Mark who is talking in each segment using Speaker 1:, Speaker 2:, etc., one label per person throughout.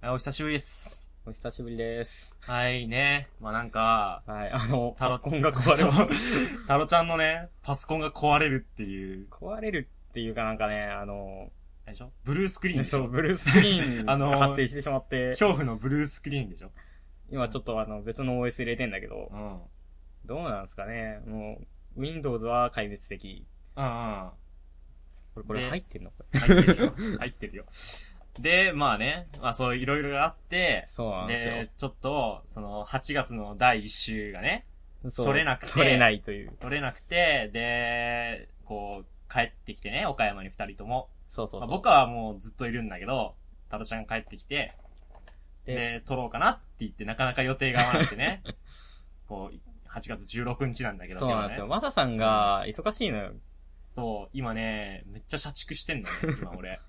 Speaker 1: あお久しぶりです。
Speaker 2: お久しぶりです。
Speaker 1: はいね。まあなん か、
Speaker 2: はい、あの、
Speaker 1: タ
Speaker 2: パ
Speaker 1: ロ
Speaker 2: ソコンが壊れ
Speaker 1: そう
Speaker 2: ます。
Speaker 1: タロちゃんのね、パソコンが壊れるっていう、
Speaker 2: 壊れるっていうかなんかね、あの、
Speaker 1: あれでしょブルースクリーンでし
Speaker 2: そう、
Speaker 1: ょ
Speaker 2: ブルースクリー ン
Speaker 1: あ
Speaker 2: あ
Speaker 1: の
Speaker 2: の発生してしまって、
Speaker 1: 恐怖のブルースクリーンでしょ
Speaker 2: 今ちょっとあの別の OS 入れてんだけど
Speaker 1: う、ん。うん
Speaker 2: どうなんですかね、もう、Windows は壊滅的。
Speaker 1: うん。
Speaker 2: これ、これ
Speaker 1: ね
Speaker 2: 入ってんのこれ。
Speaker 1: 入ってるよ。入ってるよ。で、まあね、まあそういろいろあって、
Speaker 2: そうなんですよ
Speaker 1: で、ちょっと、その、8月の第1週がね、。
Speaker 2: そう
Speaker 1: 取れなくて
Speaker 2: 取れないという。
Speaker 1: 取れなくて、で、こう、帰ってきてね、岡山に2人とも。
Speaker 2: そうそう
Speaker 1: ま
Speaker 2: そ
Speaker 1: あ
Speaker 2: う。
Speaker 1: 僕はもうずっといるんだけど、タロちゃんが帰ってきて、
Speaker 2: で
Speaker 1: で、撮ろうかなって言って、なかなか予定が合わなくて ね。こう、8月16日なんだけど、
Speaker 2: そうなんです
Speaker 1: 今
Speaker 2: よ。
Speaker 1: 日ね
Speaker 2: マサさんが忙しいのよ。
Speaker 1: そう、今ね、めっちゃ社畜してんのね、今俺。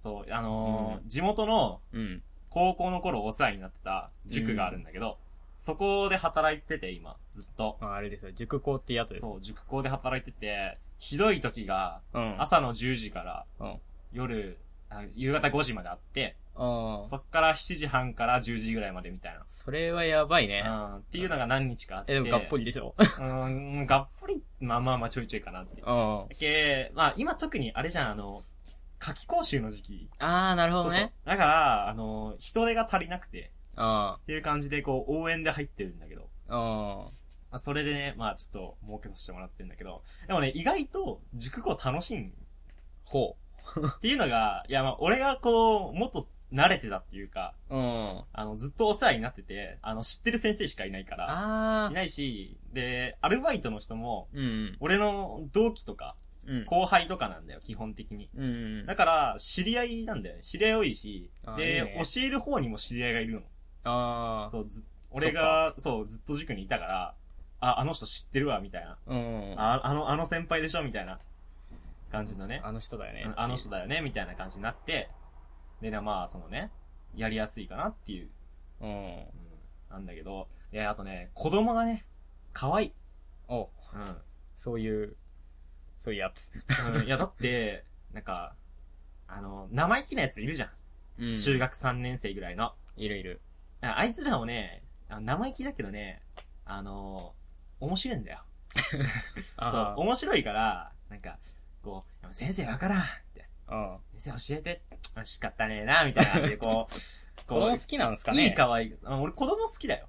Speaker 1: そう、あのー地元の
Speaker 2: うん。
Speaker 1: 高校の頃お世話になってた塾があるんだけど、そこで働いてて、今、ずっと。
Speaker 2: まああれですよ、塾校ってやつです。
Speaker 1: そう、塾校で働いてて、ひどい時が、
Speaker 2: うん。
Speaker 1: 朝の10時から、
Speaker 2: うん
Speaker 1: 夜、あ夕方5時まであって、
Speaker 2: うん。
Speaker 1: そっから7時半から10時ぐらいまでみたいな。
Speaker 2: それはやばいね。
Speaker 1: うんっていうのが何日かあって。
Speaker 2: え、でもがっぽ
Speaker 1: り。
Speaker 2: りで しょ。
Speaker 1: うん、がっぽり、まあまあまあちょいちょいかなっていう。
Speaker 2: うん。あ
Speaker 1: だけまあ今特にあれじゃん、あの、夏季講習の時期。
Speaker 2: ー、なるほどね。
Speaker 1: そうそうだから、あの、人手が足りなくて、
Speaker 2: うん。
Speaker 1: っていう感じでこう応援で入ってるんだけど。
Speaker 2: うん。
Speaker 1: まあそれでね、まあちょっと儲けさせてもらってるんだけど。でもね、意外と塾校楽しいん
Speaker 2: ほ
Speaker 1: っていうのが、 いやまあ俺がこう、もっと慣れてたっていうか、
Speaker 2: う。うん。
Speaker 1: あの、ずっとお世話になってて、あの、知ってる先生しかいないから。
Speaker 2: あ
Speaker 1: い
Speaker 2: ー。
Speaker 1: ないし、で、アルバイトの人も、
Speaker 2: うん。
Speaker 1: 俺の同期とか、
Speaker 2: うん。
Speaker 1: 後輩とかなんだよ、基本的に。
Speaker 2: うんうん。
Speaker 1: だから、知り合いなんだよね。知り合い多いし
Speaker 2: あ、ー
Speaker 1: で
Speaker 2: いいね
Speaker 1: 教える方にも知り合いがいるの。
Speaker 2: あー。
Speaker 1: そう、ず、俺が、そう、ずっと塾にいたから、あ、あの人知ってるわ、みたいな。
Speaker 2: うん。
Speaker 1: あ、あの、あの先輩でしょ、みたいな感じのね。
Speaker 2: あの人だよね
Speaker 1: あ。あの人だよね、みたいな感じになって、で、なまあ、そのね、やりやすいかなっていう、
Speaker 2: うん。
Speaker 1: うん、なんだけど、いや、あとね、子供がね、可愛い。
Speaker 2: お、
Speaker 1: うん。
Speaker 2: そういう、そういうやつ。
Speaker 1: うんいや、だって、なんか、あの、生意気なやついるじゃん。
Speaker 2: う
Speaker 1: 中。学3年生ぐらいの。
Speaker 2: いるいる。
Speaker 1: ああいつらもね、あ生意気だけどね、あの、面白いんだよ。そう、
Speaker 2: う。
Speaker 1: 面白いから、なんか、こう、いや先生わからんって、
Speaker 2: うん。
Speaker 1: 先生教えて、あ仕方ねえな、みたいな感じで、 こう、こう
Speaker 2: 子供好きなんすかね
Speaker 1: いい可愛い。あ俺子供好きだよ。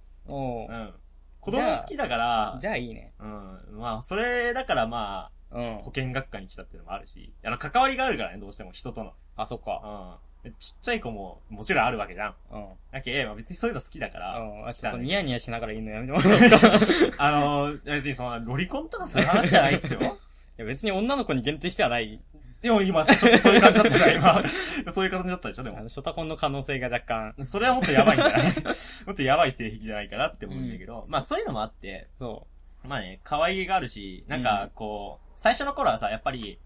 Speaker 1: う。
Speaker 2: おうん
Speaker 1: 子供好きだから、
Speaker 2: じゃあいいね。
Speaker 1: うん。まあ、それだからま
Speaker 2: うん
Speaker 1: あ、保。健学科に来たっていうのもあるし、あの、関わりがあるからね、どうしても人との。
Speaker 2: あ、そっか。
Speaker 1: うん。ちっちゃい子も、もちろんあるわけじゃん。
Speaker 2: うん。うん。
Speaker 1: だけど、まあ別にそういうの好きだから、
Speaker 2: あ、ち
Speaker 1: 汚
Speaker 2: ょ
Speaker 1: い
Speaker 2: っとニヤニヤしながら言うのやめてもらえ ますかい
Speaker 1: あのー、別にそんな、ロリコンとかそういう話じゃないっすよ。
Speaker 2: や、別に女の子に限定してはない。
Speaker 1: でも今、ちょっとそういう感じだったじゃん、今。そういう感じだったでしょ、で
Speaker 2: あの、
Speaker 1: も。
Speaker 2: ショタコンの可能性が若干。
Speaker 1: それはもっとやばいんだ な。もっとやばい性癖じゃないかなって思うんだけど、まあそういうのもあって、
Speaker 2: そ
Speaker 1: まあね、可愛げがあるし、なん
Speaker 2: う
Speaker 1: か
Speaker 2: ん
Speaker 1: こう、最初の頃はさ、やっぱり、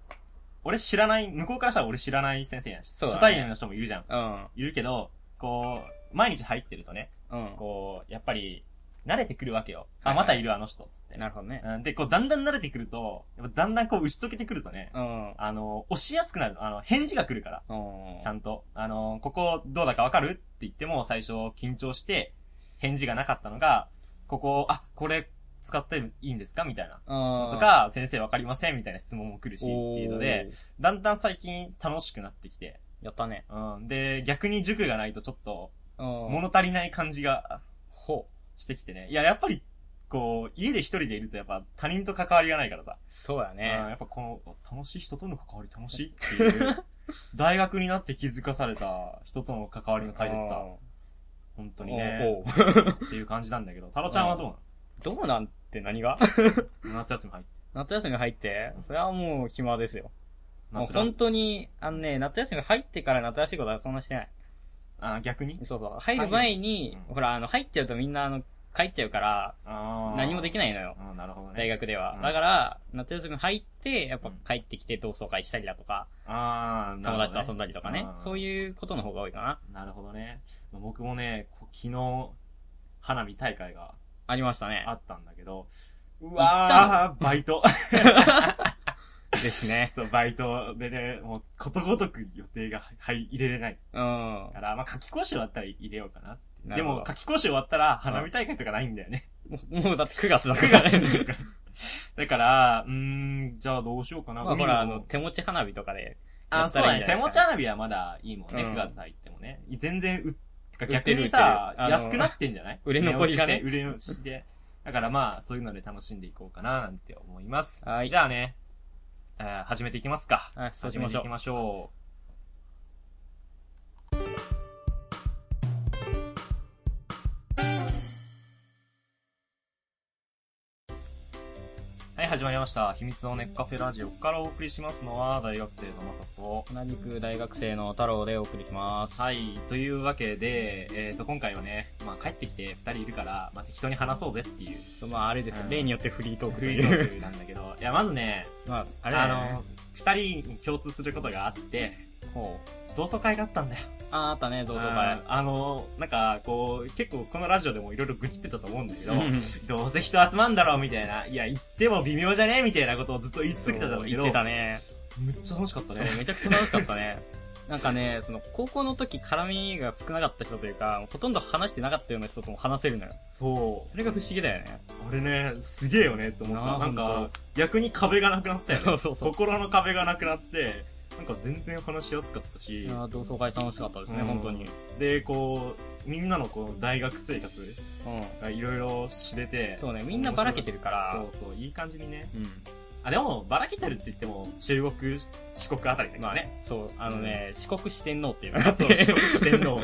Speaker 1: 俺知らない、向こうからしたら俺知らない先生やし、
Speaker 2: そうだ
Speaker 1: 初
Speaker 2: ね
Speaker 1: 対面の人もいるじゃん。
Speaker 2: う。うん。
Speaker 1: いるけど、こう、毎日入ってるとね、
Speaker 2: うん。
Speaker 1: こう、やっぱり、慣れてくるわけよ。あ、
Speaker 2: はいは
Speaker 1: ま
Speaker 2: い
Speaker 1: たいるあの人っつって。
Speaker 2: なるほどね。
Speaker 1: うんで、こう、だんだん慣れてくると、やっぱだんだんこう、打ち解けてくるとね、
Speaker 2: うん。
Speaker 1: あの、押しやすくなるの。あの、返事が来るから、
Speaker 2: うん
Speaker 1: ちゃんと。あの、ここどうだかわかるって言っても、最初緊張して、返事がなかったのが、ここ、あ、これ使っていいんですかみたいな。
Speaker 2: と
Speaker 1: と、か、先生わかりませんみたいな質問も来るし、っていうので、だんだん最近楽しくなってきて、
Speaker 2: おー、やったね。
Speaker 1: うん。で、逆に塾がないとちょっと、
Speaker 2: うん。
Speaker 1: 物足りない感じが
Speaker 2: ほう。
Speaker 1: してきてね。いや、やっぱり、こう、家で一人でいるとやっぱ他人と関わりがないからさ。
Speaker 2: そうや
Speaker 1: うん
Speaker 2: ね。
Speaker 1: やっぱこの、楽しい人との関わり楽しいって いう、大学になって気づかされた人との関わりの大切さ、本当にね、
Speaker 2: おうおう
Speaker 1: っていう感じなんだけど、タロちゃんはどう
Speaker 2: どうなんて何が
Speaker 1: なの夏休み入って。
Speaker 2: 夏休み入って、それはもう暇ですよ。もう
Speaker 1: 夏ら
Speaker 2: 本当に、あのね、夏休み入ってから夏らしいことはそんなしてない。
Speaker 1: あ、逆に
Speaker 2: そうそう。入る前に、
Speaker 1: うん
Speaker 2: ほら、あの、入っちゃうとみんな、あの、帰っちゃうから、
Speaker 1: あ
Speaker 2: 何もでき
Speaker 1: い。
Speaker 2: ないのよ。
Speaker 1: うん、なるほどね。
Speaker 2: 大。学では。
Speaker 1: うん
Speaker 2: だから、夏休み入って、やっぱ
Speaker 1: うん
Speaker 2: 帰ってきて同窓会したりだとか、
Speaker 1: あー、なるほど、
Speaker 2: 友
Speaker 1: ね。
Speaker 2: 達と遊んだりとかね
Speaker 1: う。ん
Speaker 2: そういうことの方が多いかな。
Speaker 1: なるほどね。まあ僕もね、こ昨日、花火大会が
Speaker 2: ありましたね
Speaker 1: あ。ったんだけど、う
Speaker 2: 行った
Speaker 1: わー、バイト。
Speaker 2: ですね。
Speaker 1: そう、バイトでね、もうことごとく予定が入入れれない
Speaker 2: うん
Speaker 1: か。ら、まあ、夏期講習終わったら入れようかなって。
Speaker 2: な
Speaker 1: で
Speaker 2: るほ
Speaker 1: も、夏期講習終わったら花火大会とかないんだよね。
Speaker 2: どもう、もうだって9月だか
Speaker 1: 9
Speaker 2: ら
Speaker 1: 月
Speaker 2: ね。
Speaker 1: か。 だから、うーん、じゃあどうしようかな。
Speaker 2: まあ
Speaker 1: 海
Speaker 2: ほら、あの、手持ち花火とかで。や
Speaker 1: あ、
Speaker 2: っ
Speaker 1: そ
Speaker 2: た
Speaker 1: うだ
Speaker 2: らいい
Speaker 1: ね。
Speaker 2: んじ
Speaker 1: 手
Speaker 2: ゃない
Speaker 1: 持
Speaker 2: です
Speaker 1: ち
Speaker 2: か
Speaker 1: 花火はまだいいもんね。
Speaker 2: うん
Speaker 1: 9月入ってもね。全然う、てか
Speaker 2: 売っ
Speaker 1: 逆
Speaker 2: てる
Speaker 1: にさ
Speaker 2: 売っ、てるあの
Speaker 1: 安くなってんじゃない
Speaker 2: 売れ残りがね
Speaker 1: 値落ち売れ残しで。だからまあ、そういうので楽しんでいこうかな、なんて思います。
Speaker 2: はい
Speaker 1: じゃあね、えー始めていきますか。
Speaker 2: はい、そう
Speaker 1: 始
Speaker 2: し
Speaker 1: め
Speaker 2: ま
Speaker 1: て
Speaker 2: し
Speaker 1: い
Speaker 2: ょ
Speaker 1: き
Speaker 2: う。
Speaker 1: ましょう。はい、始まりました。秘密のネッカフェラジオからお送りしますのは、大学生のまさと。
Speaker 2: 同じく大学生の太郎でお送りします。
Speaker 1: はい、というわけで、えっ、と、今回はね、まあ、帰ってきて2人いるから、まあ、適当に話そうぜっていう、
Speaker 2: まあ、あれですよ
Speaker 1: うん
Speaker 2: 例によってフリートーク
Speaker 1: フ
Speaker 2: と
Speaker 1: リ
Speaker 2: い
Speaker 1: ート
Speaker 2: う。
Speaker 1: ークなんだけ ど、いや、まずね、
Speaker 2: まあ、あれだ
Speaker 1: あ
Speaker 2: よね
Speaker 1: の、2人に共通することがあって、
Speaker 2: ほ
Speaker 1: 同窓会があったんだよ。
Speaker 2: う。ああ、あったね、同窓
Speaker 1: あ
Speaker 2: 会。
Speaker 1: ーあの、なんか、こう、結構このラジオでもいろいろ愚痴ってたと思うんだけど、
Speaker 2: うん
Speaker 1: どうせ人集まんだろうみたいな、いや、行っても微妙じゃねみたいなことをずっと言い続けてたんだけ
Speaker 2: 言
Speaker 1: ど、
Speaker 2: ってたね。
Speaker 1: めっちゃ楽しかった
Speaker 2: そう、
Speaker 1: ね。
Speaker 2: めちゃくちゃ楽しかったね。なんかね、その、高校の時絡みが少なかった人というか、ほとんど話してなかったような人とも話せるのよ。
Speaker 1: そ
Speaker 2: それが不思議だよね。
Speaker 1: う。俺ね、すげえよねって思った。
Speaker 2: なあ
Speaker 1: なん
Speaker 2: ほ
Speaker 1: か
Speaker 2: ん、
Speaker 1: 逆に壁がなくなったよね。
Speaker 2: そうそうそう
Speaker 1: 心の壁がなくなって、なんか全然話しやすかった
Speaker 2: い
Speaker 1: し、
Speaker 2: やー同窓会楽しかったですね、
Speaker 1: うん
Speaker 2: 本当に。
Speaker 1: で、こう、みんなのこう、大学生活
Speaker 2: う
Speaker 1: がいろいろ知れて
Speaker 2: ん。、そうね、みんなばらけてるから、
Speaker 1: そうそう、いい感じにね。
Speaker 2: うん。
Speaker 1: あ、でも、ばらけてるって言っても、中国、四国あたりだけど
Speaker 2: まあ
Speaker 1: ね。
Speaker 2: ね、そう、あのね、四国四天王っていうの があって、
Speaker 1: 四国四天王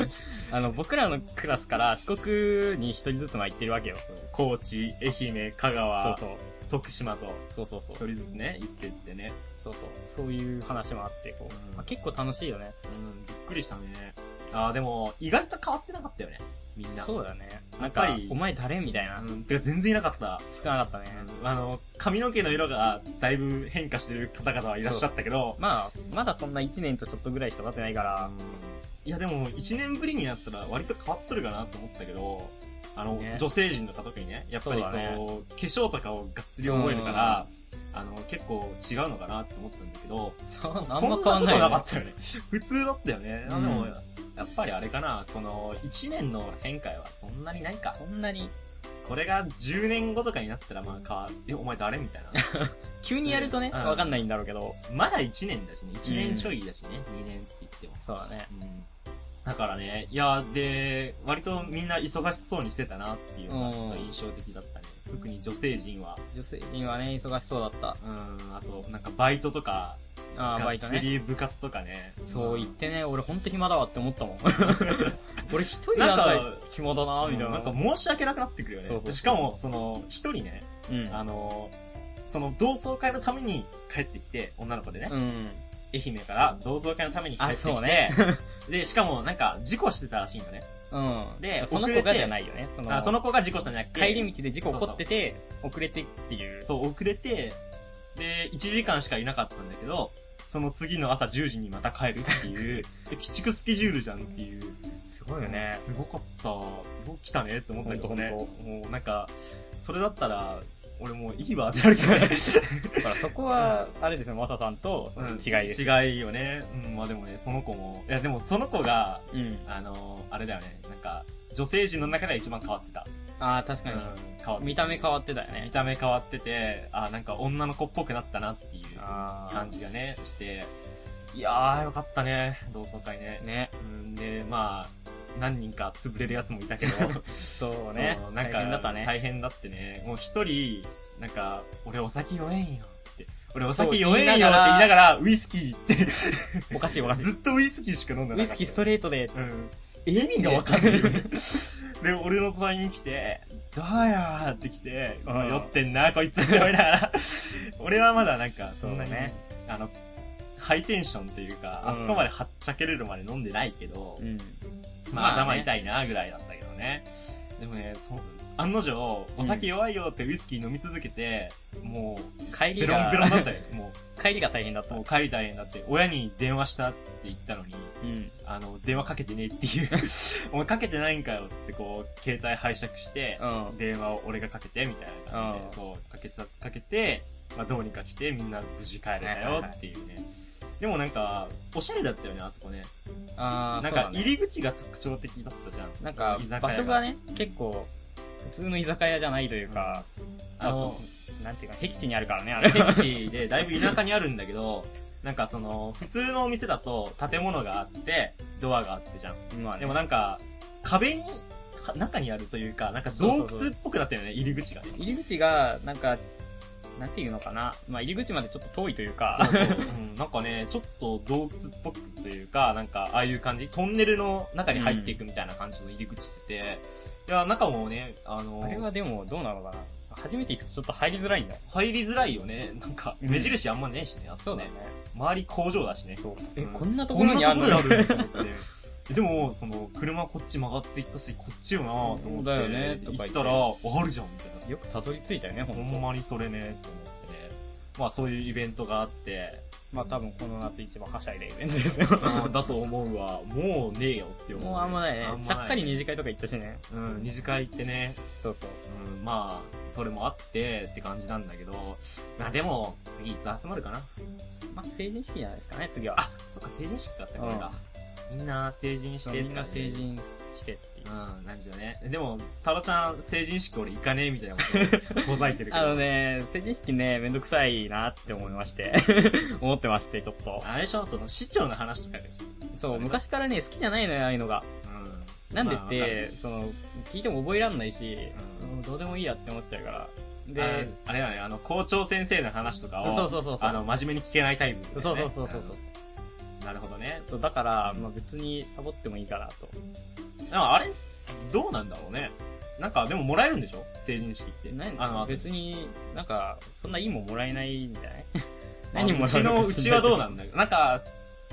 Speaker 2: あの、僕らのクラスから四国に一人ずつまあ行ってるわけよ。
Speaker 1: 高知、愛媛、香
Speaker 2: そう
Speaker 1: 川、
Speaker 2: そう。
Speaker 1: 徳島と、
Speaker 2: そうそう
Speaker 1: 一
Speaker 2: そう。
Speaker 1: 人ずつね、行ってってね。
Speaker 2: そうそう。そういう話もあって、こ
Speaker 1: うん
Speaker 2: う。まあ、結構楽しいよね。
Speaker 1: うん、びっくりしたね。あーでも、意外と変わってなかったよね。みんな。
Speaker 2: そうだね。
Speaker 1: や
Speaker 2: な
Speaker 1: っ
Speaker 2: ん
Speaker 1: ぱり
Speaker 2: か、お前誰みたいな。
Speaker 1: うん、てか全然いなかった。
Speaker 2: 少なかったね。
Speaker 1: あの、髪の毛の色がだいぶ変化してる方々はいらっしゃったけど、
Speaker 2: まあ、まだそんな1年とちょっとぐらいしか経ってないから、
Speaker 1: いやでも、1年ぶりになったら割と変わっとるかなと思ったけど、あの、
Speaker 2: ね
Speaker 1: 女性陣とか特にね、やっぱりそ
Speaker 2: そううだね
Speaker 1: 化粧とかをがっつり覚えるから、あの、結構違うのかなって思ったんだけど、
Speaker 2: そ
Speaker 1: あん
Speaker 2: あ
Speaker 1: なん
Speaker 2: ま
Speaker 1: こ
Speaker 2: 変わ
Speaker 1: と
Speaker 2: んない
Speaker 1: な
Speaker 2: よ
Speaker 1: か
Speaker 2: ね
Speaker 1: っ。たよね。 普通だったよね。あ
Speaker 2: うん
Speaker 1: でも、やっぱりあれかな、この1年の変化はそんなにないか。
Speaker 2: そんなに、
Speaker 1: これが10年後とかになったらまあ変わえ、お前誰みたい な。
Speaker 2: 急にやるとね、
Speaker 1: うん
Speaker 2: わかんないんだろうけど、
Speaker 1: まだ1年だしね、1年ちょいだしね、2年って言っても。
Speaker 2: そうだね。
Speaker 1: うんだからね、いや、で、割とみんな忙しそうにしてたなっていうのがちょっと印象的だったね。特に女性陣は。
Speaker 2: 女性陣はね、忙しそうだった。
Speaker 1: うん、あと、なんかバイトとか、
Speaker 2: ああ、バイトね。
Speaker 1: リ部活とかね。
Speaker 2: そう言っ
Speaker 1: ん
Speaker 2: てね、俺ほんと暇だわって思ったも ん。俺一人
Speaker 1: な
Speaker 2: なんん
Speaker 1: か
Speaker 2: か暇だなみたいな。
Speaker 1: なんか申し訳なくなってくるよね。
Speaker 2: そうそうそう
Speaker 1: しかも、その、一人ね、
Speaker 2: うん。
Speaker 1: あの、その同窓会のために帰ってきて、女の子でね、
Speaker 2: うん。
Speaker 1: 愛媛から同窓会のために帰ってき
Speaker 2: あそ
Speaker 1: て、
Speaker 2: うね
Speaker 1: で、しかもなんか事故してたらしいんだね。
Speaker 2: うん。
Speaker 1: で
Speaker 2: で、その
Speaker 1: 遅れ
Speaker 2: 子
Speaker 1: て
Speaker 2: がじゃないよね。その、
Speaker 1: あその子が事故したんじゃなくて、
Speaker 2: 帰り道で事故起こってて、遅れてっていう。
Speaker 1: そう、遅れて、で、1時間しかいなかったんだけど、その次の朝10時にまた帰るって いう、で鬼畜スケジュールじゃんっていう。
Speaker 2: すごいよね。
Speaker 1: すごかった。よう来たねって思ったけどね。
Speaker 2: ほん
Speaker 1: もうなんか、それだったら、俺もういいわってなるけど ね。
Speaker 2: だからそこは、あれですね、マサさんとその違いです。
Speaker 1: 違いよね。うん、まあでもね、その子も、いやでもその子が、
Speaker 2: うん。
Speaker 1: あのあれだよね、なんか、女性陣の中では一番変わってた。
Speaker 2: ああ、確
Speaker 1: う
Speaker 2: か
Speaker 1: ん
Speaker 2: に。、
Speaker 1: 変わって
Speaker 2: 見た目変わってたよ
Speaker 1: 見
Speaker 2: ね。
Speaker 1: た目変わってて、あ、なんか女の子っぽくなったなっていう。
Speaker 2: あ
Speaker 1: 感じがね、して、いやー、よかったね、同窓会ね。
Speaker 2: ね。
Speaker 1: うん、で、まあ、何人か潰れるやつもいたけど、
Speaker 2: そうね
Speaker 1: そ。う
Speaker 2: 大変だったね。
Speaker 1: 大変だってね、もう一人、なんか、俺お酒酔えんよって、俺お酒
Speaker 2: そう
Speaker 1: 酔えんよって言い
Speaker 2: 言いながら
Speaker 1: ながら、ウイスキーって、
Speaker 2: おかしいおかしい。
Speaker 1: ずっとウイスキーしか飲んで
Speaker 2: ウ
Speaker 1: な
Speaker 2: イ
Speaker 1: かった。
Speaker 2: スキーストレートで、
Speaker 1: うん。意味がわかんないよね。で、俺の隣に来て、どうやーって来て、
Speaker 2: うん
Speaker 1: まあ酔ってんな、こいつって思いなが ら。俺はまだなんか、そんなに、
Speaker 2: そうね
Speaker 1: あの、ハイテンションっていうか、
Speaker 2: う
Speaker 1: あ
Speaker 2: ん
Speaker 1: そこまではっちゃけれるまで飲んでないけど、
Speaker 2: ん。
Speaker 1: まあ
Speaker 2: まあ
Speaker 1: 頭
Speaker 2: ね
Speaker 1: 痛いな、ぐらいだったけどね。でもね、そ案の定、お酒弱いよってウイスキー飲み続けて、もう、
Speaker 2: 帰り
Speaker 1: ベロン
Speaker 2: が
Speaker 1: ベ、ロンだったよ。も
Speaker 2: 帰りが大変だっ
Speaker 1: う、
Speaker 2: た。
Speaker 1: もう帰りたいんだって、親に電話したって言ったのに、
Speaker 2: うん。
Speaker 1: あの、電話かけてねえっていう。 お前かけてないんかよってこう、携帯拝借して
Speaker 2: う、ん。
Speaker 1: 電話を俺がかけてみたいな感じ
Speaker 2: うん
Speaker 1: で、こう、かけた、かけて、まあどうにか来てみんな無事帰れたよっていうね。でもなんか、おしゃれだったよね、あそこね。
Speaker 2: あ
Speaker 1: なん
Speaker 2: ーそう
Speaker 1: か
Speaker 2: だね
Speaker 1: 入り口が特徴的だったじゃん。
Speaker 2: なんか
Speaker 1: 居酒屋、
Speaker 2: 場所がね、結構、普通の居酒屋じゃないというか、
Speaker 1: あ
Speaker 2: あ
Speaker 1: の
Speaker 2: の、なんていうか、僻地にあるからね、 あれ。
Speaker 1: 敵地で、だいぶ田舎にあるんだけど、なんかその、普通のお店だと建物があって、ドアがあってじゃん。
Speaker 2: まあ
Speaker 1: で
Speaker 2: ね
Speaker 1: もなんか、壁に、か中にあるというか、なんか
Speaker 2: そうそ
Speaker 1: 洞
Speaker 2: うそう
Speaker 1: 窟っぽくなったよね、入り口がね。
Speaker 2: 入り口が、なんか、なんていうのかな。まあ、入り口までちょっと遠いという
Speaker 1: そ
Speaker 2: か
Speaker 1: う、そう、うんなんかね、ちょっと洞窟っぽくというか、なんか、ああいう感じ、トンネルの中に入っていくみたいな感じの入り口ってて、いや、中もね、あの、
Speaker 2: あれはでも、どうなのかな。初めて行くとちょっと入りづらいんだよ。
Speaker 1: 入りづらいよね。なんか、
Speaker 2: うん
Speaker 1: 目印あんまねえしね、あそこね。周り工場だしね。
Speaker 2: そう。え、
Speaker 1: うん
Speaker 2: こんなところにある
Speaker 1: こ
Speaker 2: の
Speaker 1: んなところにあるのと思って。 でも、その、車こっち曲がっていったし、こっちよなぁと思って。
Speaker 2: だよねとか言って
Speaker 1: 行ったら、あるじゃん、みたいな。
Speaker 2: よくたどり着いたよね、ほ
Speaker 1: ほ
Speaker 2: ん
Speaker 1: ん
Speaker 2: と。
Speaker 1: まにそれね、と思ってね。まあそういうイベントがあって、
Speaker 2: まあ、多分この夏一番はしゃいでイベントですよ。
Speaker 1: だと思うわ。もうねえよって思う、
Speaker 2: もうあんまない
Speaker 1: あ
Speaker 2: ね。
Speaker 1: んま
Speaker 2: ちゃっかり二次会とか行ったしね。
Speaker 1: うん、二次会行ってね、
Speaker 2: そうそう。
Speaker 1: うん、まあ、それもあってって感じなんだけど、まあでも、次いつ集まるかな
Speaker 2: まあ、成人式じゃないですかね、次は。
Speaker 1: あ、そっか、成人式だったからか。みんな成人して
Speaker 2: そう
Speaker 1: って
Speaker 2: みんな
Speaker 1: 感じで
Speaker 2: 成人してっていう。
Speaker 1: うん、なんじゃね。でも、タロちゃん、成人式俺行かねえみたいな こと、ほざいてるけ
Speaker 2: あ
Speaker 1: ど。
Speaker 2: のね、成人式ね、めんどくさいなって思いまして。 思ってまして、ちょっと。
Speaker 1: あれでしょその、市長の話とかでしょ
Speaker 2: そう、昔からね、好きじゃないのよ、ああいうのが。
Speaker 1: うん。
Speaker 2: なんで
Speaker 1: まあ
Speaker 2: っ
Speaker 1: わかる
Speaker 2: て、その、聞いても覚えらんないし、
Speaker 1: うん
Speaker 2: もうどうでもいいやって思っちゃうから。
Speaker 1: で
Speaker 2: で、、
Speaker 1: あれだね、あの、校長先生の話とかを、
Speaker 2: そうそうそうそう。
Speaker 1: あの、真面目に聞けないタイプ、ね。
Speaker 2: そうそうそうそうそう。
Speaker 1: うんなるほどね。
Speaker 2: そうだから、まあ別にサボってもいいかなと。
Speaker 1: ああれ、どうなんだろうね。なんか、でももらえるんでしょ成人式って。
Speaker 2: な
Speaker 1: あの、
Speaker 2: 別に、なんか、そんないいもんもらえないんじゃない
Speaker 1: 何
Speaker 2: 何
Speaker 1: も
Speaker 2: も
Speaker 1: う
Speaker 2: らえ
Speaker 1: ち
Speaker 2: る
Speaker 1: の、
Speaker 2: か
Speaker 1: う
Speaker 2: 知
Speaker 1: ち
Speaker 2: んな
Speaker 1: はい
Speaker 2: け
Speaker 1: どうなんだけど。なんか、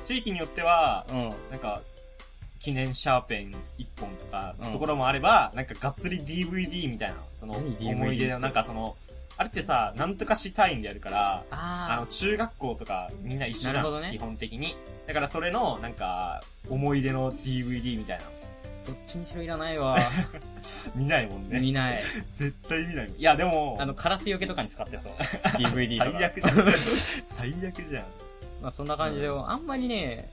Speaker 1: 地域によっては、
Speaker 2: うん。
Speaker 1: なんか、記念シャーペン1本とか
Speaker 2: うん、
Speaker 1: ところもあれば、なんかがっつり DVD みたいな、その
Speaker 2: 何 DVD
Speaker 1: 思い出
Speaker 2: っ
Speaker 1: の、
Speaker 2: て
Speaker 1: なんかその、あれってさ、なんとかし単位でやるから、あ
Speaker 2: あ
Speaker 1: の、中学校とかみんな一緒じゃ
Speaker 2: なるほど
Speaker 1: ん、
Speaker 2: ね
Speaker 1: 基本的に。だからそれの、なんか、思い出の DVD みたいな。
Speaker 2: ー、どっちにしろいらないわ。
Speaker 1: 見ないもん ね。
Speaker 2: 見ない。
Speaker 1: 絶対見ないもん。いや、でも、
Speaker 2: あの、カラスよけとかに使って そう。DVD とか。
Speaker 1: 最悪じゃん。 最悪じゃん。
Speaker 2: まあそんな感じで、あんまりね、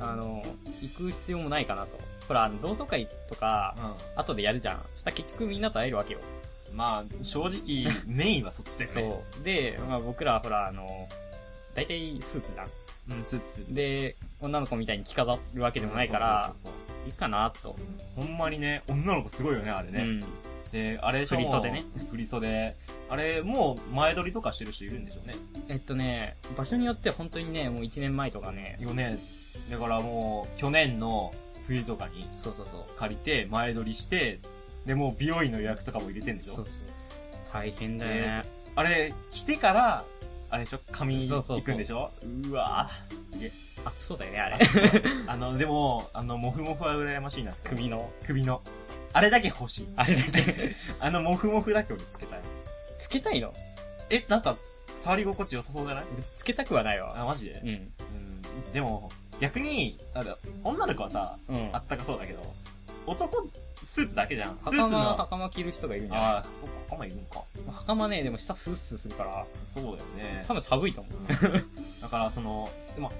Speaker 2: あの、行く必要もないかなと。ほら、あの同窓会とか、後でやるじゃん。したら結局みんなと会えるわけよ。
Speaker 1: まあ、正 直、メインはそっちだよね。
Speaker 2: そう。で、まあ僕らはほら、あの、大体スーツじゃん。
Speaker 1: うん、スーツスーツ。
Speaker 2: で、女の子みたいに着飾るわけでもないから、
Speaker 1: そうそうそうそう
Speaker 2: いいかなと。
Speaker 1: ほんまにね、女の子すごいよね、あれね。
Speaker 2: うん。
Speaker 1: で、あれでしょ
Speaker 2: 振り袖ね。
Speaker 1: 振り袖。あれ、もう前撮りとかしてる人いるんでしょうね。
Speaker 2: えっとね、場所によって本当にね、もう1年前とかね、
Speaker 1: 4年。だからもう、去年の冬とかに
Speaker 2: そうそうそう。
Speaker 1: 借りて、前撮りして、で、もう美容院の予約とかも入れてんでしょ
Speaker 2: そうそう。大変だよね。
Speaker 1: あれ、来てから、あれでしょ髪に
Speaker 2: そうそうそう
Speaker 1: 行くんでしょうわ
Speaker 2: 暑そうだよね、あ
Speaker 1: ぁ。
Speaker 2: れ。
Speaker 1: あの、でも、あの、もふもふは羨ましいなって。
Speaker 2: 首の。
Speaker 1: 首の。あれだけ欲しい。
Speaker 2: あれだけ。
Speaker 1: あの、もふもふだけ俺つけたい。
Speaker 2: つけたいの
Speaker 1: え、なんか、触り心地良さそうじゃない
Speaker 2: つけたくはないわ。
Speaker 1: あ、マジで
Speaker 2: うん。
Speaker 1: うんでも、逆に、なんだ女の子はさ、
Speaker 2: うん。
Speaker 1: あったかそうだけど、男、スーツだけじゃん。スーツ
Speaker 2: 袴、
Speaker 1: の、あ
Speaker 2: 袴着る人がいるんじゃない
Speaker 1: あー、そうか、袴いるのか。
Speaker 2: 袴ね、でも下スースーするから、
Speaker 1: そうだよね
Speaker 2: 多。分寒いと思
Speaker 1: うんだから、その、でも、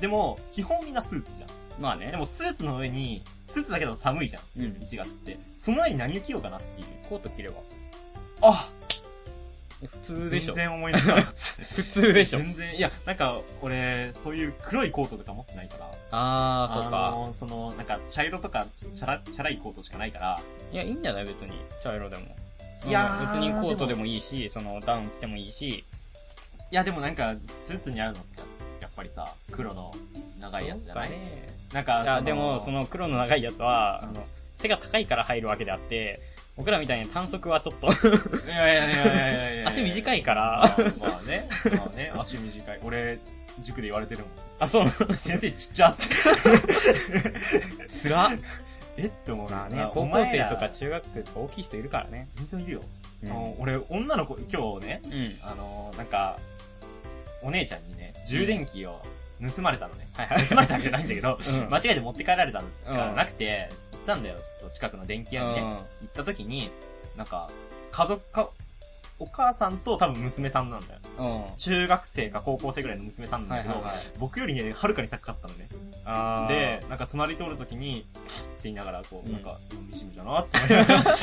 Speaker 1: でも、基本みんなスーツじゃん。
Speaker 2: う。まあね。
Speaker 1: で、も、スーツの上に、スーツだけど寒いじゃん。
Speaker 2: うん。
Speaker 1: 1月って。その上に何着ようかなっていう。
Speaker 2: コート着れば。
Speaker 1: あ
Speaker 2: 普通でし
Speaker 1: 全
Speaker 2: ょ。
Speaker 1: 然思い出せなかった。
Speaker 2: 普通でしょ。
Speaker 1: 全然、いや、なんか、俺、そういう黒いコートとか持ってないから。
Speaker 2: あー、そうか。
Speaker 1: のーその、なんか、茶色とか、チャラ、チャラいコートしかないから、
Speaker 2: いや、いいんじゃない別に。茶色でも。
Speaker 1: いやー
Speaker 2: うん別にコートでもいいし、その、ダウン着てもいいし。
Speaker 1: いや、でもなんか、スーツに合うのって、やっぱりさ、黒の長いやつじゃない
Speaker 2: そうかね
Speaker 1: なんか、
Speaker 2: いや、でも、そ、の黒の長いやつは、
Speaker 1: うん
Speaker 2: あの、背が高いから入るわけであって、僕らみたいに短足はちょっと、
Speaker 1: いやいやいやいやいやいや
Speaker 2: 足短いか
Speaker 1: ま
Speaker 2: ら、
Speaker 1: あ、まあね、まあね、足短い。俺、塾で言われてるも
Speaker 2: あ、そうなの。
Speaker 1: ん。先生ちっちゃって。
Speaker 2: つら。
Speaker 1: えって思う
Speaker 2: まあ
Speaker 1: な。
Speaker 2: ね、
Speaker 1: お
Speaker 2: 高校
Speaker 1: 前
Speaker 2: 生
Speaker 1: ら
Speaker 2: とか中学生とか大きい人いるからね。
Speaker 1: 全然いるよ。あ
Speaker 2: うん
Speaker 1: の俺、女の子、今日ね、
Speaker 2: うん。
Speaker 1: あのなんか、お姉ちゃんにね、充電器を盗まれたのね。
Speaker 2: はいはい。
Speaker 1: 盗まれたんじゃないんだけど、
Speaker 2: うん
Speaker 1: 間違えて持って帰られたのが
Speaker 2: うん
Speaker 1: なくて、行ったんだよ、ちょっと近くの電気屋にね。
Speaker 2: うん
Speaker 1: 行った時に、なんか、家族か、お母さんと多分娘さんなんだよ。
Speaker 2: うん。はい
Speaker 1: 中学生か高校生ぐらいの娘さんなんだ
Speaker 2: はい
Speaker 1: けど、
Speaker 2: はい。
Speaker 1: 僕よりね、はるかに高かったのね。
Speaker 2: あ
Speaker 1: で
Speaker 2: で、、
Speaker 1: なんか隣通るときに、って言いながら、こう、
Speaker 2: うん
Speaker 1: なんか、惨めだなって思いながら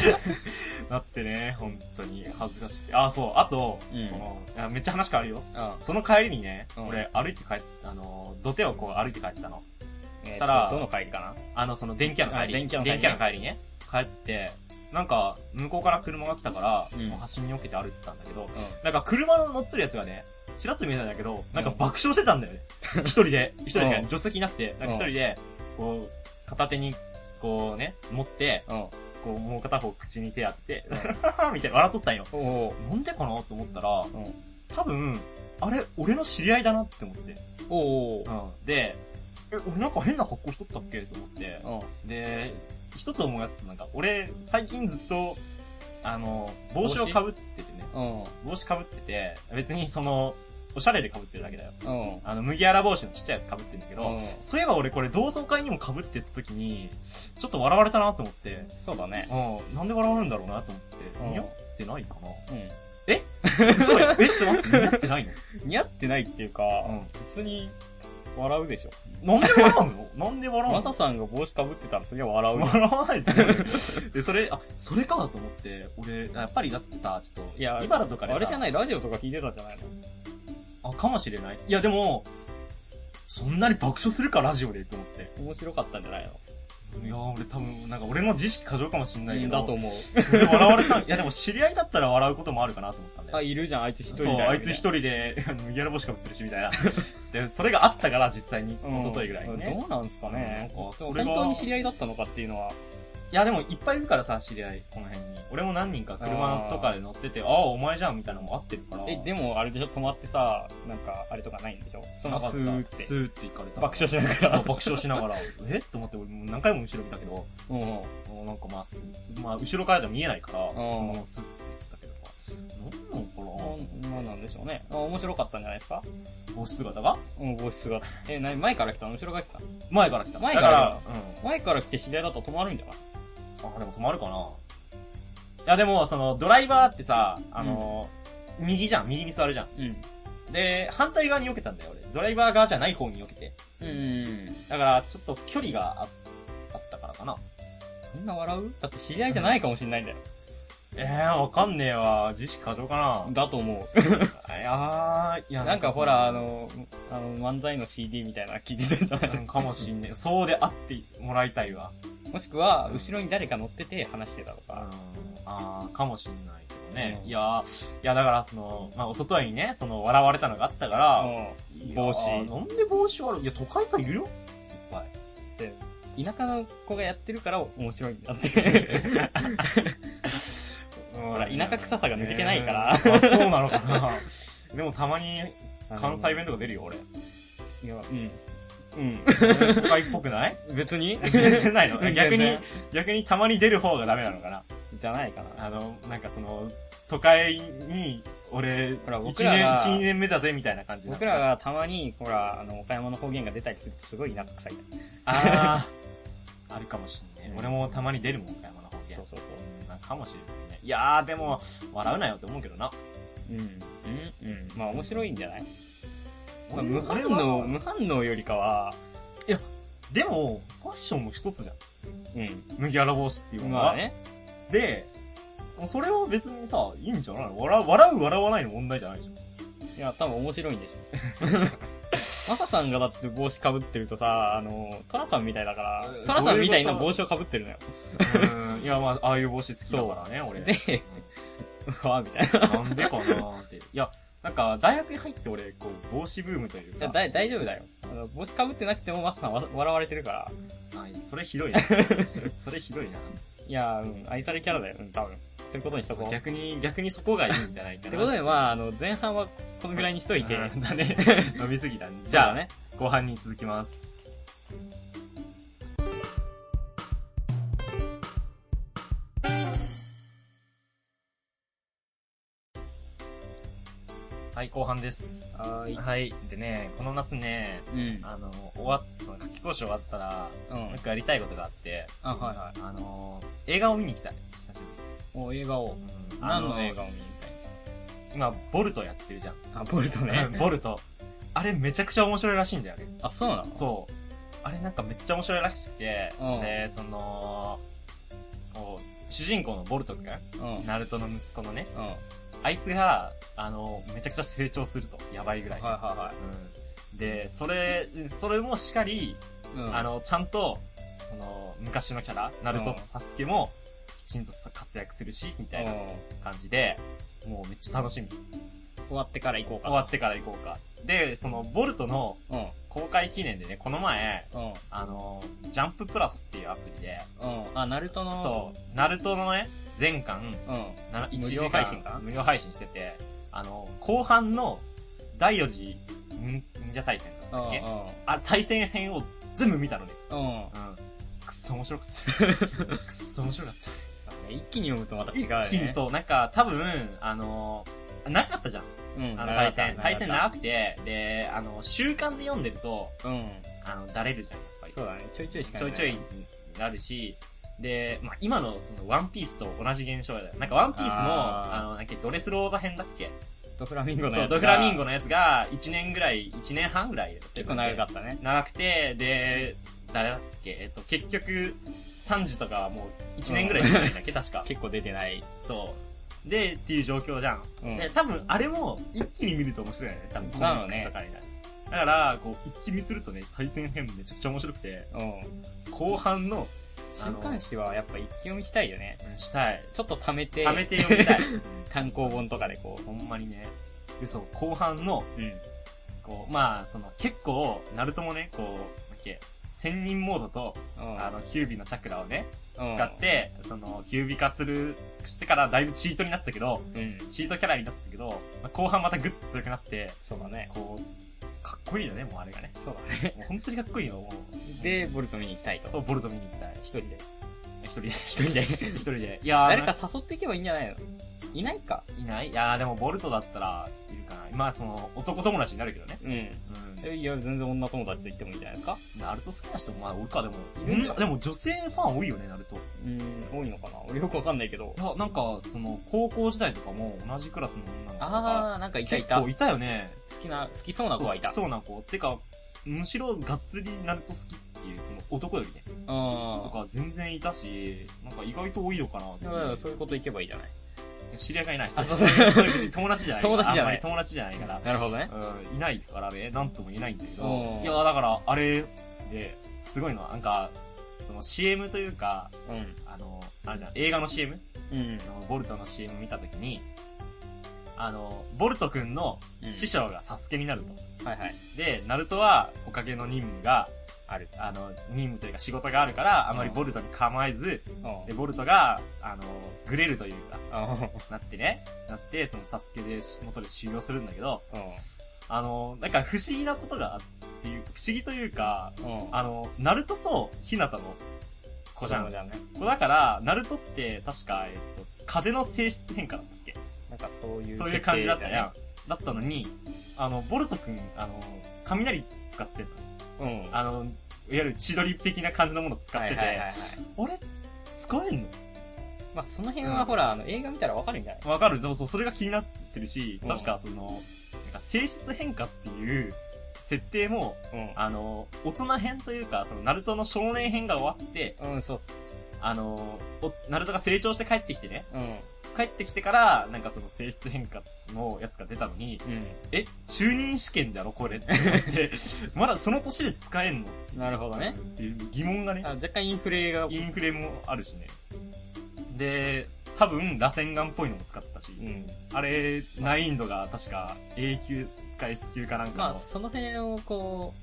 Speaker 1: なってね、本当に恥ずかしい。あ、そう、あと、
Speaker 2: うん
Speaker 1: そのいやめっちゃ話変わるよ。
Speaker 2: うん。
Speaker 1: その帰りにね、
Speaker 2: うん
Speaker 1: 俺歩いて帰っあの、土手をこう歩いて帰ったの。
Speaker 2: え
Speaker 1: したら
Speaker 2: ーとどの会議か
Speaker 1: あの、その電気屋の帰り。
Speaker 2: あ電気屋の帰りね
Speaker 1: 電気帰りね。帰って、なんか、向こうから車が来たから、
Speaker 2: うん
Speaker 1: もう端に避けて歩いてたんだけど、な
Speaker 2: な
Speaker 1: んか車の乗ってるやつがね、ちらっと見えたんだけど、なんか爆笑してたんだよね。 一人で、一人しか
Speaker 2: うん
Speaker 1: 助手席いなくて、なんか一人で、こう、片手に、こうね、持って、
Speaker 2: うん。うん。
Speaker 1: こう、もう片方口に手やって、
Speaker 2: うん
Speaker 1: みたいな笑っとったんよ。
Speaker 2: おお
Speaker 1: なんでかなと思ったら、
Speaker 2: うん
Speaker 1: 多分、あれ、俺の知り合いだなって思って。
Speaker 2: お お
Speaker 1: で、え、俺なんか変な格好しとったっけと思って。
Speaker 2: うん。
Speaker 1: で、一つ思いやったのが、俺、最近ずっと、あの、帽子をかぶっててね。
Speaker 2: うん。
Speaker 1: 帽子かぶってて、別にその、おしゃれでかぶってるだけだよ。
Speaker 2: うん。
Speaker 1: あの、麦わら帽子のちっちゃいやつかぶってるんだけど、
Speaker 2: うん
Speaker 1: そういえば俺これ同窓会にもかぶってた時に、ちょっと笑われたなと思って、
Speaker 2: そうだね。
Speaker 1: うん、なんで笑われるんだろうなと思って、
Speaker 2: うん
Speaker 1: 似合ってないかな
Speaker 2: う
Speaker 1: 嘘やえ、ちょっと待って、似合ってないの
Speaker 2: ん。似合ってない っていうか、
Speaker 1: う
Speaker 2: 普通に笑うでしょ。
Speaker 1: ん。なんで笑うのなんで笑うの
Speaker 2: マサさんが帽子かぶってたらそれは笑うよ。
Speaker 1: 笑わないと思うよ。で、それ、あ、それかと思って、俺、やっぱりだってさ、ちょっと、
Speaker 2: いや
Speaker 1: 茨とかでさ
Speaker 2: あれじゃない、ラジオとか聞いてたんじゃないの
Speaker 1: あ、かもしれない。いや、でも、そんなに爆笑するか、ラジオで、と思って。
Speaker 2: 面白かったんじゃないの
Speaker 1: いやー俺多分、なんか俺の自意識過剰かもしんないけど。
Speaker 2: だと思う。
Speaker 1: それで 笑われた。いやでも知り合いだったら笑うこともあるかなと思ったんだよ。
Speaker 2: あ、いるじゃん、あいつ一人
Speaker 1: そう、
Speaker 2: だよ
Speaker 1: あいつ一人で、 あの麦わら帽子かぶってるし、みたいな。 で、それがあったから、実際に、
Speaker 2: うん
Speaker 1: 一昨日ぐらいにね。
Speaker 2: どうなんすかね。
Speaker 1: なんか
Speaker 2: そ
Speaker 1: そ
Speaker 2: う
Speaker 1: れ
Speaker 2: 本
Speaker 1: が
Speaker 2: 当に知り合いだったのかっていうのは。
Speaker 1: いや、でもいっぱいいるからさ、知り合い、この辺に。俺も何人か車とかで乗ってて、ああ、お前じゃん、みたいなのもあってるから。
Speaker 2: え、で
Speaker 1: も、
Speaker 2: もあれでしょ、止まってさ、なんか、あれとかないんでしょそのスーっ
Speaker 1: ス
Speaker 2: て。
Speaker 1: ーって行かれた。
Speaker 2: 爆笑しなが
Speaker 1: あ
Speaker 2: ら。
Speaker 1: 爆笑しながら、えと思って、俺もう何回も後ろ見たけど、
Speaker 2: うん。
Speaker 1: もうなんかまあ、すまあ、後ろからでは見えないから、そのスーって行ったけどさ、なんなのかなと思って
Speaker 2: なんなんでしょうね。あ面白かったんじゃないですか
Speaker 1: 帽子姿が
Speaker 2: うん、帽子が。え、なに前から来たの後ろから来たの
Speaker 1: 前から来た。
Speaker 2: 前から
Speaker 1: だから、
Speaker 2: 前から来て知り合いだと止まるんじゃない
Speaker 1: うん。あ、でも止まるかな。いや、でも、その、ドライバーってさ、あの、右じゃん、右に座るじゃ
Speaker 2: うん。
Speaker 1: ん。で、反対側に避けたんだよ、俺。ドライバー側じゃない方に避けて。
Speaker 2: うん。
Speaker 1: だから、ちょっと距離がああったからかな。
Speaker 2: そんな笑うだって知り合いじゃないかもしんないんだよ。
Speaker 1: えー、わかんねえわ。自意識過剰か
Speaker 2: だと思う。
Speaker 1: な。 いやー、いや、
Speaker 2: なんかほ ら、あ、の、あの、漫才の CD みたいなの聞いてたんじゃな
Speaker 1: う
Speaker 2: い
Speaker 1: んかもしんねえ。そうであってもらいたいわ。
Speaker 2: もしくは、後ろに誰か乗ってて話してたと
Speaker 1: うん
Speaker 2: か。、
Speaker 1: あー、かもしんないけどね。
Speaker 2: うん
Speaker 1: いやー、いや、だから、その、まあ、一昨日にね、その、笑われたのがあったから、
Speaker 2: う
Speaker 1: 帽子。なんで帽子あるいや、都会からいるよいっぱい。
Speaker 2: ん。田舎の子がやってるから面白いんだって。
Speaker 1: ほ
Speaker 2: ら田舎臭さが抜けてないから
Speaker 1: そうなのかな。 でもたまに関西弁とか出るよ、俺。
Speaker 2: いや、うん。うん。
Speaker 1: 都会っぽく ない
Speaker 2: 別に
Speaker 1: 全然ないの逆
Speaker 2: 全
Speaker 1: に
Speaker 2: 然、
Speaker 1: 逆にたまに出る方がダメなのかな。
Speaker 2: じゃないかな。
Speaker 1: あの、なんかその、都会に、俺、
Speaker 2: ほら
Speaker 1: 一
Speaker 2: 僕ら
Speaker 1: 年、
Speaker 2: が
Speaker 1: 一二年目だぜ、みたいな感じ
Speaker 2: 僕ら、がたまに、ほら、あの、岡山の方言が出たりするとすごい田舎臭い。
Speaker 1: あ ー、あるかもしんね
Speaker 2: う。ん
Speaker 1: 俺もたまに出るもん、岡山の方言
Speaker 2: そう。そ
Speaker 1: うんなんかもしれないね。いやー、でも、笑うなよって思うけどな。
Speaker 2: う。うん。うん。うん。まあ面白いんじゃない、まあ、
Speaker 1: 俺
Speaker 2: 無
Speaker 1: は
Speaker 2: 反応、無反応よりかは、
Speaker 1: でも、ファッションも一つじゃん。
Speaker 2: うん。
Speaker 1: 麦わら帽子っていうのは。
Speaker 2: まあね。
Speaker 1: で、それは別にさ、いいんじゃないの笑う、笑う、笑わないの問題じゃないでしょ。
Speaker 2: いや、多分面白いんでしょ。 マサさんがだって帽子かぶってるとさ、あの、トラさんみたいだから
Speaker 1: え、
Speaker 2: トラさんみたいな
Speaker 1: どういうこ
Speaker 2: 帽子をかぶってるのよ。
Speaker 1: うん。いや、まあ、ああいう帽子好きだからね、俺。
Speaker 2: で、う わ、みたいな。
Speaker 1: なんでかなーって。いや、なんか、大学に入って俺、こう、帽子ブームというか。
Speaker 2: だ大丈夫だよ。あの帽子かぶってなくてもマサさんわ笑われてるから。
Speaker 1: あそれひ どいな。それひどいな。
Speaker 2: いや、うん、愛されキャラだよ、うん、多分。そういうことにしとこう。っ
Speaker 1: 逆に、逆にそこがいいんじゃないかな。
Speaker 2: てことで、まあ、あの、前半はこのぐらいにしといて。
Speaker 1: うんだ ね。伸びすぎたね。
Speaker 2: じ
Speaker 1: じ
Speaker 2: ゃ
Speaker 1: ゃ
Speaker 2: あ
Speaker 1: あ
Speaker 2: ね
Speaker 1: ね、。後半に続きます。はい、後半です。
Speaker 2: はーい
Speaker 1: でね、この夏ね、
Speaker 2: うん。
Speaker 1: あの、終わった、夏期講習終わったら、
Speaker 2: う
Speaker 1: もうん一。回やりたいことがあって、
Speaker 2: あ、はいはい。
Speaker 1: あの、映画を見に行きたい。久しぶ
Speaker 2: お、映画を。
Speaker 1: り。うん
Speaker 2: 何の映画を見に行きたい
Speaker 1: 今、ボルトやってるじゃん。。
Speaker 2: あ、ボルト ね
Speaker 1: ボルト。あれめちゃくちゃ面白いらしいんだよね。
Speaker 2: あ、そうなの
Speaker 1: そう。あれなんかめっちゃ面白いらしくて、
Speaker 2: うん
Speaker 1: で、その、こう、主人公のボルトくん、
Speaker 2: うん。うん。
Speaker 1: ナルトの息子のね、
Speaker 2: は
Speaker 1: あいつが、あの、めちゃくちゃ成長すると。やばいぐ
Speaker 2: いは
Speaker 1: ら
Speaker 2: い
Speaker 1: い。
Speaker 2: は
Speaker 1: うん、で、それ、それもしっかり、
Speaker 2: い。うん。
Speaker 1: あ、の、ちゃんと、その、昔のキャラ、ナルトと
Speaker 2: うん
Speaker 1: サスケも、きちんと活躍するし、みたいな
Speaker 2: うん
Speaker 1: 感じで、もうめっちゃ楽しみ。
Speaker 2: 終わってから行こうか。
Speaker 1: 終わってから行こうか。で、その、ボルトの公開記念でね、この前、
Speaker 2: うん。うん。
Speaker 1: あの、ジャンププラスっていうアプリで、
Speaker 2: うん。あ、ナルトの、
Speaker 1: そう、ナルトのね、全巻、
Speaker 2: う。うん。
Speaker 1: な1
Speaker 2: 無
Speaker 1: 時
Speaker 2: 料
Speaker 1: 間
Speaker 2: 配信か
Speaker 1: 無料配信してて、あの、後半の第4次忍忍者対戦だったっけ
Speaker 2: う
Speaker 1: あ、対戦編を全部見たのね。
Speaker 2: ん。うん。うん。
Speaker 1: うん。くっそ面白か った。くっそ面白かった。
Speaker 2: 一気に読むとまた違うよね。
Speaker 1: 一気にそう、なんか多分、あの、なかったじゃん。
Speaker 2: うん。うん。
Speaker 1: あの対戦。対戦
Speaker 2: な。
Speaker 1: 長くて、で、あの、習慣で読んでると、
Speaker 2: うん。
Speaker 1: あの、だれるじゃん、やっぱり。
Speaker 2: そうだね。ちょいちょいしか
Speaker 1: ちょいちょいなるし、で、まあ、今のそのワンピースと同じ現象だよ。なんかワンピースの、
Speaker 2: あ
Speaker 1: あ
Speaker 2: ー
Speaker 1: の、なんかドレスローザ編だっけ
Speaker 2: ドフラミンゴの
Speaker 1: そ
Speaker 2: や
Speaker 1: う、
Speaker 2: つ。
Speaker 1: ドフラミンゴ。のやつが1年ぐらい、1年半ぐらいやって
Speaker 2: 結構長か
Speaker 1: っ
Speaker 2: ったね。
Speaker 1: た。長くて、で、誰だっけえっと、結局、3時とかはもう1年ぐらい出てないんだっけ確か。
Speaker 2: 結構出てない。
Speaker 1: そう。で、っていう状況じゃん。
Speaker 2: うん。
Speaker 1: で、多分あれも一気に見ると面白いよね。多分コミックスとかにね。だから、こう、一気見するとね、対戦編めちゃくちゃ面白くて、
Speaker 2: うん。
Speaker 1: 後半の、
Speaker 2: 週刊誌はやっぱ一気読みしたいよね。
Speaker 1: うんしたい。
Speaker 2: ちょっと貯めて、
Speaker 1: 貯めて読みたい。
Speaker 2: 単行本とかでこ
Speaker 1: ほんまにね。で、そう、後半の、
Speaker 2: う。うん。
Speaker 1: こう、まあ、その、結構、ナルトもね、こう、なんだっけ、千人モードと、あの、キュービのチャクラをね、
Speaker 2: うん、
Speaker 1: 使っ、て、その、キュービ化する、してからだいぶチートになったけど、
Speaker 2: うん。
Speaker 1: チートキャラになったけど、まあ後半またグッと強くなって、
Speaker 2: そうだね。
Speaker 1: こう、かっこいいよね、もうあれがね。
Speaker 2: そうだね。
Speaker 1: もう本当にかっこいいよ、もう。
Speaker 2: で、、ボルト見に行きたい
Speaker 1: そ
Speaker 2: と。
Speaker 1: う、ボルト見に行きたい。
Speaker 2: 一人で。
Speaker 1: 一 人で、一人で、一人で。いやー、
Speaker 2: 誰か誘っていけばいいんじゃないのいないか。
Speaker 1: いないいやーでもボルトだったら、いるかな。まあその、男友達になるけどね。
Speaker 2: うん。
Speaker 1: うん。
Speaker 2: えいや、全然女友達と行ってもいいんじゃないですか
Speaker 1: ナルト好きな人も、まあ俺か、でも。
Speaker 2: いるんだよ
Speaker 1: うんでも女性ファン多いよね、ナルト。い
Speaker 2: うん、多いのかな俺よくわかんないけど。
Speaker 1: や、なんか、その、高校時代とかも同じクラスの女の子とか。
Speaker 2: あー、なんかいたい
Speaker 1: 結
Speaker 2: た。
Speaker 1: 構
Speaker 2: 好
Speaker 1: いたよね。
Speaker 2: きな、好きそうな子はいた。
Speaker 1: そう好きそうな子。てか、むしろがっつりナルト好きっていう、その男よりね。
Speaker 2: うん。
Speaker 1: とか全然いたし、なんか意外と多いのかなって
Speaker 2: だからそういうこと行けばいいじゃない。
Speaker 1: 知り合いがいない。
Speaker 2: あそう
Speaker 1: そ
Speaker 2: そう
Speaker 1: ういう別に 友達じゃない。
Speaker 2: 友達じゃない
Speaker 1: あんまり友達じゃないから。
Speaker 2: なるほどね。
Speaker 1: うん、いないからね、なんとも言えないんだけど、
Speaker 2: うん
Speaker 1: いや、だから、あれ、で、すごいのは、なんか、その CM というか、
Speaker 2: うん。
Speaker 1: あの、あれじゃん、映画の CM?
Speaker 2: うん
Speaker 1: あ。のボルトの CM 見たときに、あの、ボルトくんの
Speaker 2: うん
Speaker 1: 師匠がサスケになると。
Speaker 2: はいはい。
Speaker 1: で、ナルトは、おかげの任務が、
Speaker 2: ある。
Speaker 1: あの、任務というか仕事があるから、あまりボルトに構えず、
Speaker 2: うん。
Speaker 1: で、ボルトが、あの、グレるというか、
Speaker 2: うん。
Speaker 1: なってね、なって、そのサスケで、元で修行するんだけど、あの、なんか不思議なことがあっていう、不思議というか、
Speaker 2: うん。
Speaker 1: あの、ナルトとヒナタの子じゃ
Speaker 2: 子供
Speaker 1: ん。
Speaker 2: じゃんね。
Speaker 1: 子だから、ナルトって確か、えっと、風の性質変化だったっけ
Speaker 2: なんかそういう。
Speaker 1: そういう感じだったや。ん。だったのに、あの、ボルト君、あの、雷使ってたの
Speaker 2: うん。
Speaker 1: あの、いわゆる千鳥的な感じのもの使ってて、
Speaker 2: はいはいはい
Speaker 1: あ
Speaker 2: はい。
Speaker 1: れ使えん
Speaker 2: まあ、その辺
Speaker 1: うん
Speaker 2: はほら、あの、映画見たらわかるんじゃない
Speaker 1: のわかるそうそう、それが気になってるし、
Speaker 2: うん
Speaker 1: 確かその、なんか性質変化っていう設定も、あの、大人編というか、その、ナルトの少年編が終わって、
Speaker 2: うん。うん、そう。
Speaker 1: あの、おナルトが成長して帰ってきてね、
Speaker 2: うん。うん。
Speaker 1: 帰ってきてから、なんかその性質変化のやつが出たのに、え、中任試験だろこれって思って、まだその年で使えんの
Speaker 2: なるほどね。
Speaker 1: っていう疑問がね
Speaker 2: あ、若干インフレが、
Speaker 1: インフレもあるしね。で、多分、螺旋岩っぽいのも使ったし、
Speaker 2: うん。
Speaker 1: あれ、難易度が確か A 級か S 級かなん
Speaker 2: ま
Speaker 1: か
Speaker 2: あ、
Speaker 1: の、
Speaker 2: その辺をこ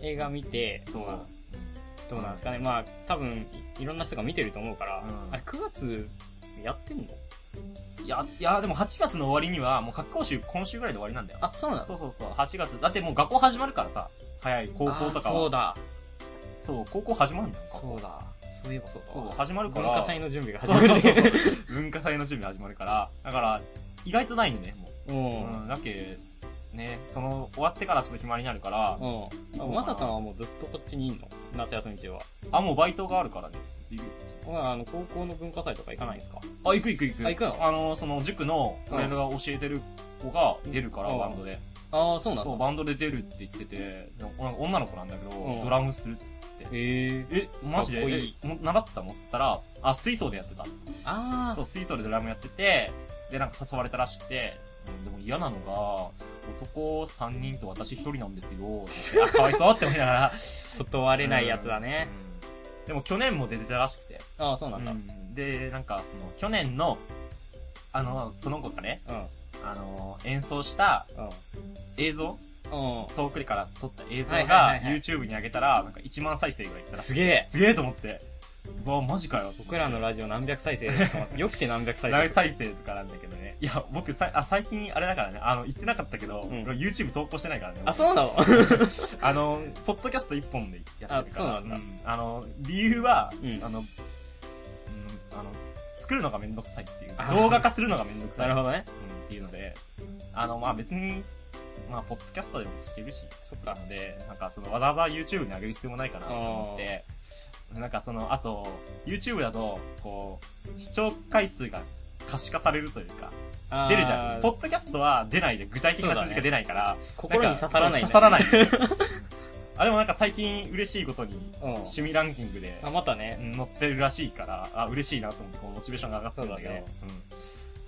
Speaker 2: う、映画見て、
Speaker 1: そう。
Speaker 2: どうなんですかね。まあ、多分、いいろんな人が見てると思うから、
Speaker 1: うん
Speaker 2: あれ、9月、やってんの
Speaker 1: いや、いや、でも8月の終わりには、もう学校集今週ぐらいで終わりなんだよ。
Speaker 2: あ、そうなの
Speaker 1: そうそうそう、8月。だってもう学校始まるからさ、早い、高校とか
Speaker 2: あそう
Speaker 1: は。
Speaker 2: だ。
Speaker 1: そう、高校始まるんだよ、学校
Speaker 2: そうだ。そういえばそうだ。
Speaker 1: そう、始まるから。
Speaker 2: 文化祭の準備が始
Speaker 1: そ
Speaker 2: ま
Speaker 1: う
Speaker 2: る。
Speaker 1: そうそうそう。 文化祭の準備始まるから。だから、意外とないんだね、も
Speaker 2: う
Speaker 1: う。
Speaker 2: ん。
Speaker 1: うん、だっけ、ね、その、終わってからちょっと暇になるから、
Speaker 2: うん。あまささんはもうずっとこっちにいんの夏休み中は。
Speaker 1: あ、もうバイトがあるからね。
Speaker 2: あの、高校の文化祭とか行かないんですか
Speaker 1: あ、行く行く行く。
Speaker 2: あ行くの
Speaker 1: あの、その塾の、
Speaker 2: うん
Speaker 1: 俺が教えてる子が出るから、
Speaker 2: うん
Speaker 1: バンドで。
Speaker 2: ああ、そうなん
Speaker 1: そ
Speaker 2: だ
Speaker 1: う、。バンドで出るって言ってて、なんか女の子なんだけど、
Speaker 2: うん
Speaker 1: ドラムするって。
Speaker 2: へえ。
Speaker 1: え、マジで
Speaker 2: かっこいい
Speaker 1: えも習ってたのって言ったら、あ、水槽でやってた。
Speaker 2: あ
Speaker 1: そう、水槽でドラムやってて、で、なんか誘われたらしくて、うんでも嫌なのが、男3人と私1人なんですよ。ってあ、かわいそうって思いなが ら。
Speaker 2: あ、断れないやつだね。
Speaker 1: うんでも去年も出てたらしくて。
Speaker 2: ああ、そうなんだ。
Speaker 1: うんで、なんか、その、去年の、あの、その子がね、
Speaker 2: うん。うん。
Speaker 1: あの、演奏した映像、
Speaker 2: うん。
Speaker 1: 遠くから撮った映像
Speaker 2: はいはい
Speaker 1: が
Speaker 2: はいはい
Speaker 1: YouTube に上げたら、なんか1万再生ぐらいいったらしい
Speaker 2: すげえ。
Speaker 1: すげえと思って。うわ、マジかよ。
Speaker 2: 僕らのラジオ何百再生ですかよくて何百再
Speaker 1: 何
Speaker 2: 生。
Speaker 1: 再生とかなんだけどね。いや、僕さ、あ、最近あれだからね、あの、言ってなかったけど、
Speaker 2: ん
Speaker 1: 俺 YouTube 投稿してないからね。
Speaker 2: あ、そうなの
Speaker 1: あの、ポッドキャスト一本でやってるから。
Speaker 2: あそうなんだ
Speaker 1: んあの、理由は、
Speaker 2: うん
Speaker 1: あの、うん、あの、作るのがめんどくさいっていう
Speaker 2: あ。
Speaker 1: 動画化するのがめんどくさ。
Speaker 2: ないるほどね。
Speaker 1: うんっていうので、あの、まあ別に、まあポッドキャストでも聞けるし、そっか。なので、なんかそのわざわざ YouTube に上げる必要もないかなと思って、なんかその、あと、YouTube だと、こう、視聴回数が可視化されるというか、
Speaker 2: あー
Speaker 1: 出るじゃん。ポッドキャストは出ないで、具体的な数字が出ないから、
Speaker 2: 心に刺さらないん
Speaker 1: んか
Speaker 2: だ
Speaker 1: そう
Speaker 2: よね。
Speaker 1: 刺さら ない。あ、でもなんか最近嬉しいことに、
Speaker 2: う
Speaker 1: 趣味ランキングで
Speaker 2: ん。あ、また ね。
Speaker 1: 載ってるらしいから、あ、嬉しいなと思って、こう、モチベーションが上がったんだけど。うん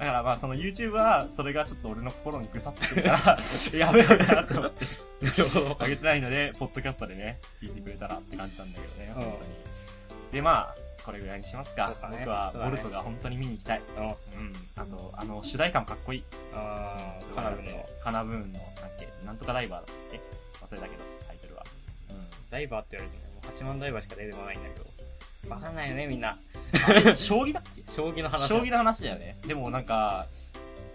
Speaker 1: だからまあ、その YouTube は、それがちょっと俺の心にぐさってくるから、 やべえなと思って、
Speaker 2: なるほど
Speaker 1: 上げてないので、ポッドキャストでね、聞いてくれたらって感じなんだけどね、
Speaker 2: うん
Speaker 1: 本当に。で、まあ、これぐらいにしますか。
Speaker 2: そうだね
Speaker 1: 僕は、
Speaker 2: そう
Speaker 1: ボ
Speaker 2: だね
Speaker 1: ルトが本当に見に行きたい。
Speaker 2: うん。
Speaker 1: うん。あと、あの、主題歌もかっこいい。
Speaker 2: ああ、カナブの。。
Speaker 1: カナブーンの、なんけ、なんとかダイバーだったっけ忘れたけど、タイトルは。
Speaker 2: ダイバーって言われてね、もう8万ダイバーしか出てこないんだけど。わかんないよね、みんな。
Speaker 1: うん。将棋だっけ
Speaker 2: 将棋の話。
Speaker 1: 将棋の話だよね。でもなんか、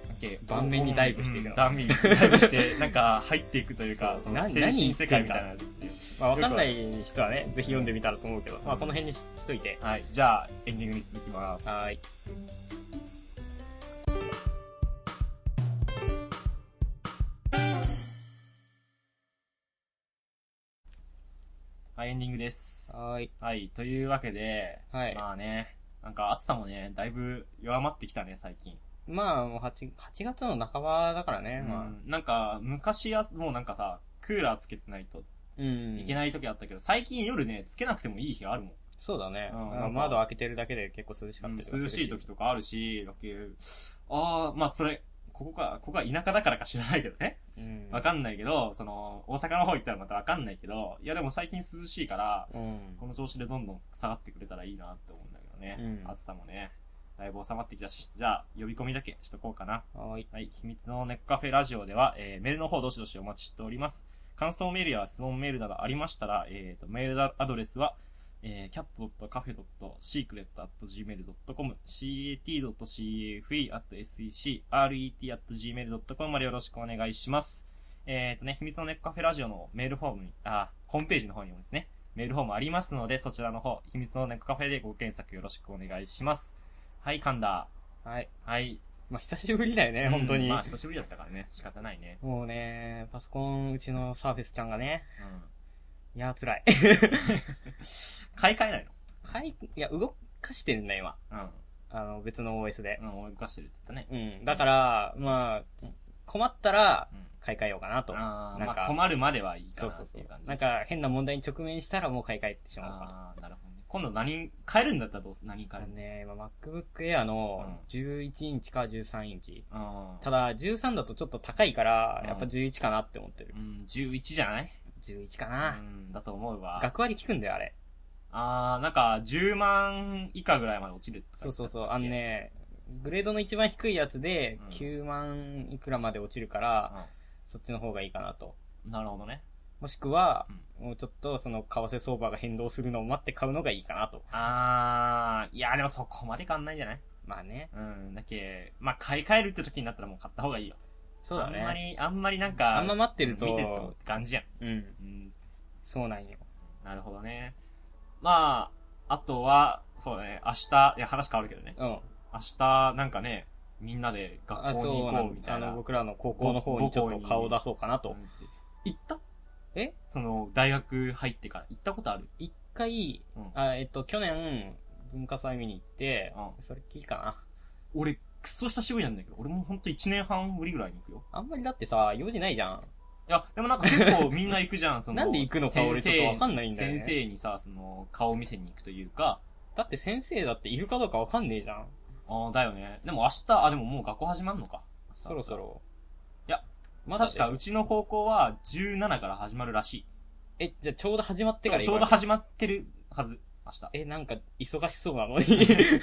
Speaker 1: なんか
Speaker 2: 盤面にダイブしていくの
Speaker 1: うん盤面にダイブ して、なんか入っていくというか、その
Speaker 2: な
Speaker 1: 精神世界みたいなのっていう
Speaker 2: まあ、わかんない人はね、ぜひ読んでみたらと思うけど、まあ、この辺にししといて。
Speaker 1: はい。じゃあ、エンディングに続きます。
Speaker 2: はーい。
Speaker 1: はい、エンディングです。
Speaker 2: はーい。
Speaker 1: はい。というわけで、
Speaker 2: はい。
Speaker 1: まあね、なんか暑さもね、だいぶ弱まってきたね、最近。
Speaker 2: まあ、もう 8, 8月の半ばだからね、ま
Speaker 1: うんなんか、昔は、もうなんかさ、クーラーつけてないと
Speaker 2: あ。うん。
Speaker 1: いけない時あったけど、最近夜ね、つけなくてもいい日があるもん。
Speaker 2: そうだね。
Speaker 1: うん
Speaker 2: まあ
Speaker 1: なんか
Speaker 2: 窓開けてるだけで結構涼しかったりとかす
Speaker 1: 涼
Speaker 2: る
Speaker 1: しい時とかあるし、だけああ、まあそれ、ここか、ここが田舎だからか知らないけどね。
Speaker 2: うん。
Speaker 1: わかんないけど、その、大阪の方行ったらまたわかんないけど、いやでも最近涼しいから、
Speaker 2: うん
Speaker 1: こ。の調子でどんどん下がってくれたらいいなって思うんだけどね。
Speaker 2: うん
Speaker 1: 暑さもね、だいぶ収まってきたし、じゃあ、呼び込みだけしとこうかな。
Speaker 2: はーい。
Speaker 1: はい、秘密のネックカフェラジオでは、えーメールの方どしどしお待ちしております。感想メールや質問メールなどありましたら、えー、と、メールアドレスは、えー、cat.cafe.secret.gmail.com、cat.cafe.sec.ret.gmail.com までよろしくお願いします。えっ、とね、秘密のネックカフェラジオのメールフォームに、あ、ホームページの方にもですね、メールフォームありますので、そちらの方、秘密のネックカフェでご検索よろしくお願いします。はい、噛んだ。
Speaker 2: はい。
Speaker 1: はい。
Speaker 2: まあ、久しぶりだよね、本当
Speaker 1: う
Speaker 2: に
Speaker 1: ん。まあ、久しぶりだったからね、仕方ないね。
Speaker 2: もうね、パソコン、うちのサーフェスちゃんがね、
Speaker 1: うん。
Speaker 2: いやー、辛い。
Speaker 1: 買い替えない
Speaker 2: かい、いや、動かしてるんだ、今。
Speaker 1: の
Speaker 2: あの、別の OS で。
Speaker 1: うん。うん、追いかしてるって言ったね。
Speaker 2: うん。だから、まあ、困ったら、
Speaker 1: うん。
Speaker 2: 買い替えようかなと。
Speaker 1: あー
Speaker 2: なんか
Speaker 1: まあ、困るまではいいか
Speaker 2: そう
Speaker 1: な
Speaker 2: そ
Speaker 1: っ
Speaker 2: う
Speaker 1: て
Speaker 2: そ
Speaker 1: いう感
Speaker 2: う。
Speaker 1: じ。
Speaker 2: なん、か、変な問題に直面したらもう買い替えてしまおうかな。
Speaker 1: ああ、なるほどね。今度何、買えるんだったらどうす何
Speaker 2: あ
Speaker 1: 買える
Speaker 2: の
Speaker 1: の
Speaker 2: ね、今 MacBook Air の11インチか13インチ。
Speaker 1: あー
Speaker 2: ただ、13だとちょっと高いから、
Speaker 1: うん
Speaker 2: やっぱ11かなって思ってる
Speaker 1: う。ん、11じゃない
Speaker 2: 11か
Speaker 1: う
Speaker 2: な。
Speaker 1: ん、だと思うわ。
Speaker 2: 学割効くんだよ、あれ。
Speaker 1: ああ、なんか、10万以下ぐらいまで落ちるとか
Speaker 2: そ
Speaker 1: 言
Speaker 2: う
Speaker 1: って
Speaker 2: そ
Speaker 1: たっ
Speaker 2: う
Speaker 1: け
Speaker 2: そう。あの。ね、グレードの一番低いやつで
Speaker 1: うん、
Speaker 2: 9万いくらまで落ちるから、そっちの方がいいかなと。
Speaker 1: うんなるほどね。
Speaker 2: もしくは、もうちょっとその為替相場が変動するのを待って買うのがいいかなと。
Speaker 1: ああ、いや、でもそこまで買んないんじゃない
Speaker 2: まあね。
Speaker 1: うん、だけ、まあ、買い替えるって時になったらもう買った方がいいよ。
Speaker 2: そうだね。
Speaker 1: あんまり、あんまりなんか、
Speaker 2: あんま待ってると
Speaker 1: 見てるとって感じやん。
Speaker 2: うん。
Speaker 1: うん、
Speaker 2: そうなんよ。
Speaker 1: なるほどね。まあ、あとは、そうだね、明日、いや話変わるけどね。
Speaker 2: うん。
Speaker 1: 明日、なんかね、みんなで学校に行こうみた
Speaker 2: あ
Speaker 1: いな。
Speaker 2: の、僕らの高校の方にちょっと顔を出そうかなと
Speaker 1: う。ん行った
Speaker 2: え
Speaker 1: その、大学入ってから行ったことある
Speaker 2: 一回、
Speaker 1: うん
Speaker 2: あえっと、去年、文化祭見に行って、
Speaker 1: う
Speaker 2: それっきりかな。
Speaker 1: 俺、くっそ久しぶりなんだけど、俺もほんと1年半ぶりぐらいに行くよ。
Speaker 2: あんまりだってさ、用事ないじゃん。
Speaker 1: いや、でもなんか結構みんな行くじ ゃん、その。
Speaker 2: なんで行くのか俺ちょっとわかんないんだよね
Speaker 1: 先生にさ、その、顔見せに行くというか、
Speaker 2: だって先生だっているかどうかわかんねえじゃん。
Speaker 1: ああ、だよね。でも明日、あ、でももう学校始まんのか。明日
Speaker 2: そろそ。ろ。
Speaker 1: いや、
Speaker 2: まだで
Speaker 1: 確
Speaker 2: しょ
Speaker 1: か、うちの高校は17から始まるらしい。
Speaker 2: え、じゃあちょうど始まってから
Speaker 1: ちょうど始まってるは ず、明日。
Speaker 2: え、なんか、忙しそうなのに。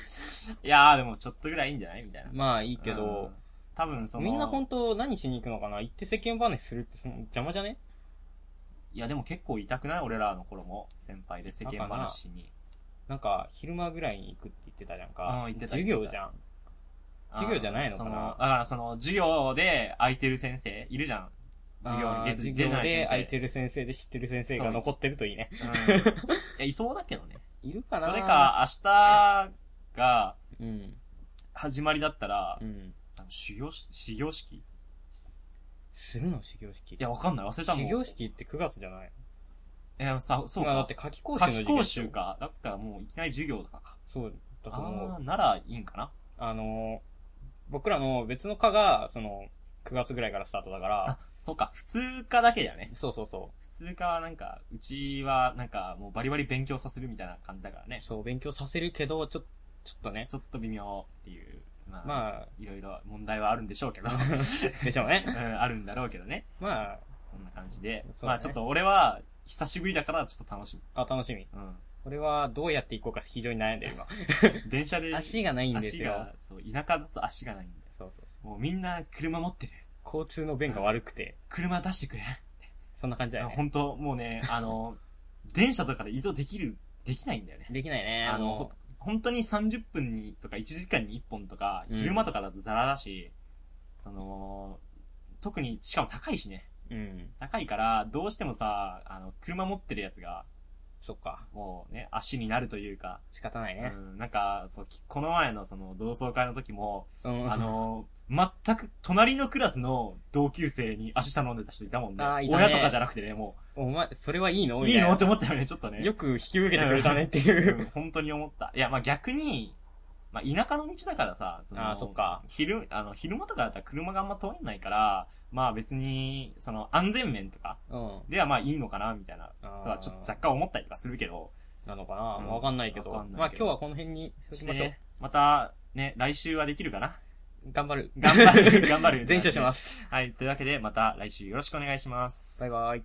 Speaker 1: いやー、でもちょっとぐらいいいんじゃないみたいな。
Speaker 2: まあいいけ
Speaker 1: うん
Speaker 2: ど、、
Speaker 1: 多分その、
Speaker 2: みんな本当何しに行くのかな行って世間話するってその邪魔じゃね
Speaker 1: いや、でも結構痛くない俺らの頃も、先輩で世間話に。
Speaker 2: なんか、昼間ぐらいに行くって言ってたじゃん
Speaker 1: う
Speaker 2: か。
Speaker 1: ん言ってた
Speaker 2: 授業じゃん。授業じゃないのかな
Speaker 1: あーそだからその、授業で空いてる先生、いるじゃん。授業
Speaker 2: あー
Speaker 1: に出
Speaker 2: 授
Speaker 1: 出
Speaker 2: 業
Speaker 1: ない先生。
Speaker 2: で空いてる先生で知ってる先生が残ってるといいね。
Speaker 1: うんいや、いそうだけど ね。
Speaker 2: いる
Speaker 1: そ
Speaker 2: かな
Speaker 1: れ。か、明日が
Speaker 2: うん。
Speaker 1: 始まりだったら
Speaker 2: う、ん。
Speaker 1: あの修行し、始業式い
Speaker 2: するの始業式。
Speaker 1: や、わかんない。忘れたもん。
Speaker 2: 始業式って9月じゃない
Speaker 1: いや、さ、そう
Speaker 2: 今だ
Speaker 1: か
Speaker 2: っ。て夏期講習の
Speaker 1: 夏
Speaker 2: 時
Speaker 1: 期
Speaker 2: 期
Speaker 1: 講習。か。だからもういきなり授業とかか。
Speaker 2: そう、だと思う
Speaker 1: あ。あー、ならいいんかな。
Speaker 2: あのー、僕らの別の科が、その、9月ぐらいからスタートだか
Speaker 1: あ
Speaker 2: ら、、
Speaker 1: そうか。普通科だけだよね。
Speaker 2: そうそうそ
Speaker 1: 普通科はなんか、うちはなんかもうバリバリ勉強させるみたいな感じだからね
Speaker 2: う、。そう、勉強させるけど、ちょ、ちょっとね、
Speaker 1: ちょっと微妙っていう。まあ、
Speaker 2: ま
Speaker 1: いろいろ問題はあるんでしょうけど。う
Speaker 2: あ、 でしょうね。
Speaker 1: ん、あるんだろうけどね。
Speaker 2: ま
Speaker 1: そんな感じで。
Speaker 2: そう
Speaker 1: ま
Speaker 2: だね
Speaker 1: あちょっと俺は、久しぶりだからちょっと楽し
Speaker 2: あ、あ、楽しみ。
Speaker 1: み。うん。
Speaker 2: 俺はどうやって行こうか非常に悩んで る今。
Speaker 1: 電車で、
Speaker 2: 足がないんですよ
Speaker 1: 足。がそう、田舎だと足がないんだよ。
Speaker 2: そうそうそう。
Speaker 1: もうみんな車持ってる。
Speaker 2: 交通の便が悪くて、
Speaker 1: 車出してくれ。
Speaker 2: そんな感じだよね。
Speaker 1: 本当もうね、あの、電車とかで移動できる、できないんだよね。
Speaker 2: できないね。
Speaker 1: あ
Speaker 2: あ
Speaker 1: の
Speaker 2: の、
Speaker 1: 本当に30分にとか1時間に1本とか、
Speaker 2: うん
Speaker 1: 昼間とかだとザラだし、その、特に、しかも高いしね。
Speaker 2: うん。
Speaker 1: 高いから、どうしてもさ、あの、車持ってるやつが、
Speaker 2: そっか。
Speaker 1: もうね、足になるというか、
Speaker 2: 仕方ないうね。
Speaker 1: ん、なんか、そう、きこの前のその同窓会の時も、
Speaker 2: うん。
Speaker 1: あ、の、全く隣のクラスの同級生に足頼んでた人いたもんね。
Speaker 2: あーいたね
Speaker 1: 親とかじゃなくてね、も
Speaker 2: お前、それはいいの
Speaker 1: う、いいのって
Speaker 2: み
Speaker 1: 思ったよね、ちょっと
Speaker 2: た
Speaker 1: ね
Speaker 2: いな。よく引き受けてくれたねっていうう。
Speaker 1: ん本当に思った。いや、まあ逆に、まあ田舎の道だからさ、その
Speaker 2: あーそっか。
Speaker 1: 昼、あの、昼間とかだったら車があんま通んないから、まあ別に、その安全面とか
Speaker 2: うん。
Speaker 1: ではまあいいのかな、みたいな、と
Speaker 2: あ
Speaker 1: は
Speaker 2: ー
Speaker 1: ちょっと若干思ったりとかするけど、
Speaker 2: なのかな、
Speaker 1: うん
Speaker 2: わかんないけど。
Speaker 1: わかんないけど
Speaker 2: まあ今日はこの辺にしと
Speaker 1: し
Speaker 2: き
Speaker 1: て
Speaker 2: ましょう。
Speaker 1: ね、また、ね、来週はできるかな
Speaker 2: 頑張る。
Speaker 1: 頑張る頑張る。
Speaker 2: 全勝しますす。
Speaker 1: はい、というわけでまた来週よろしくお願いします。
Speaker 2: バイバイ。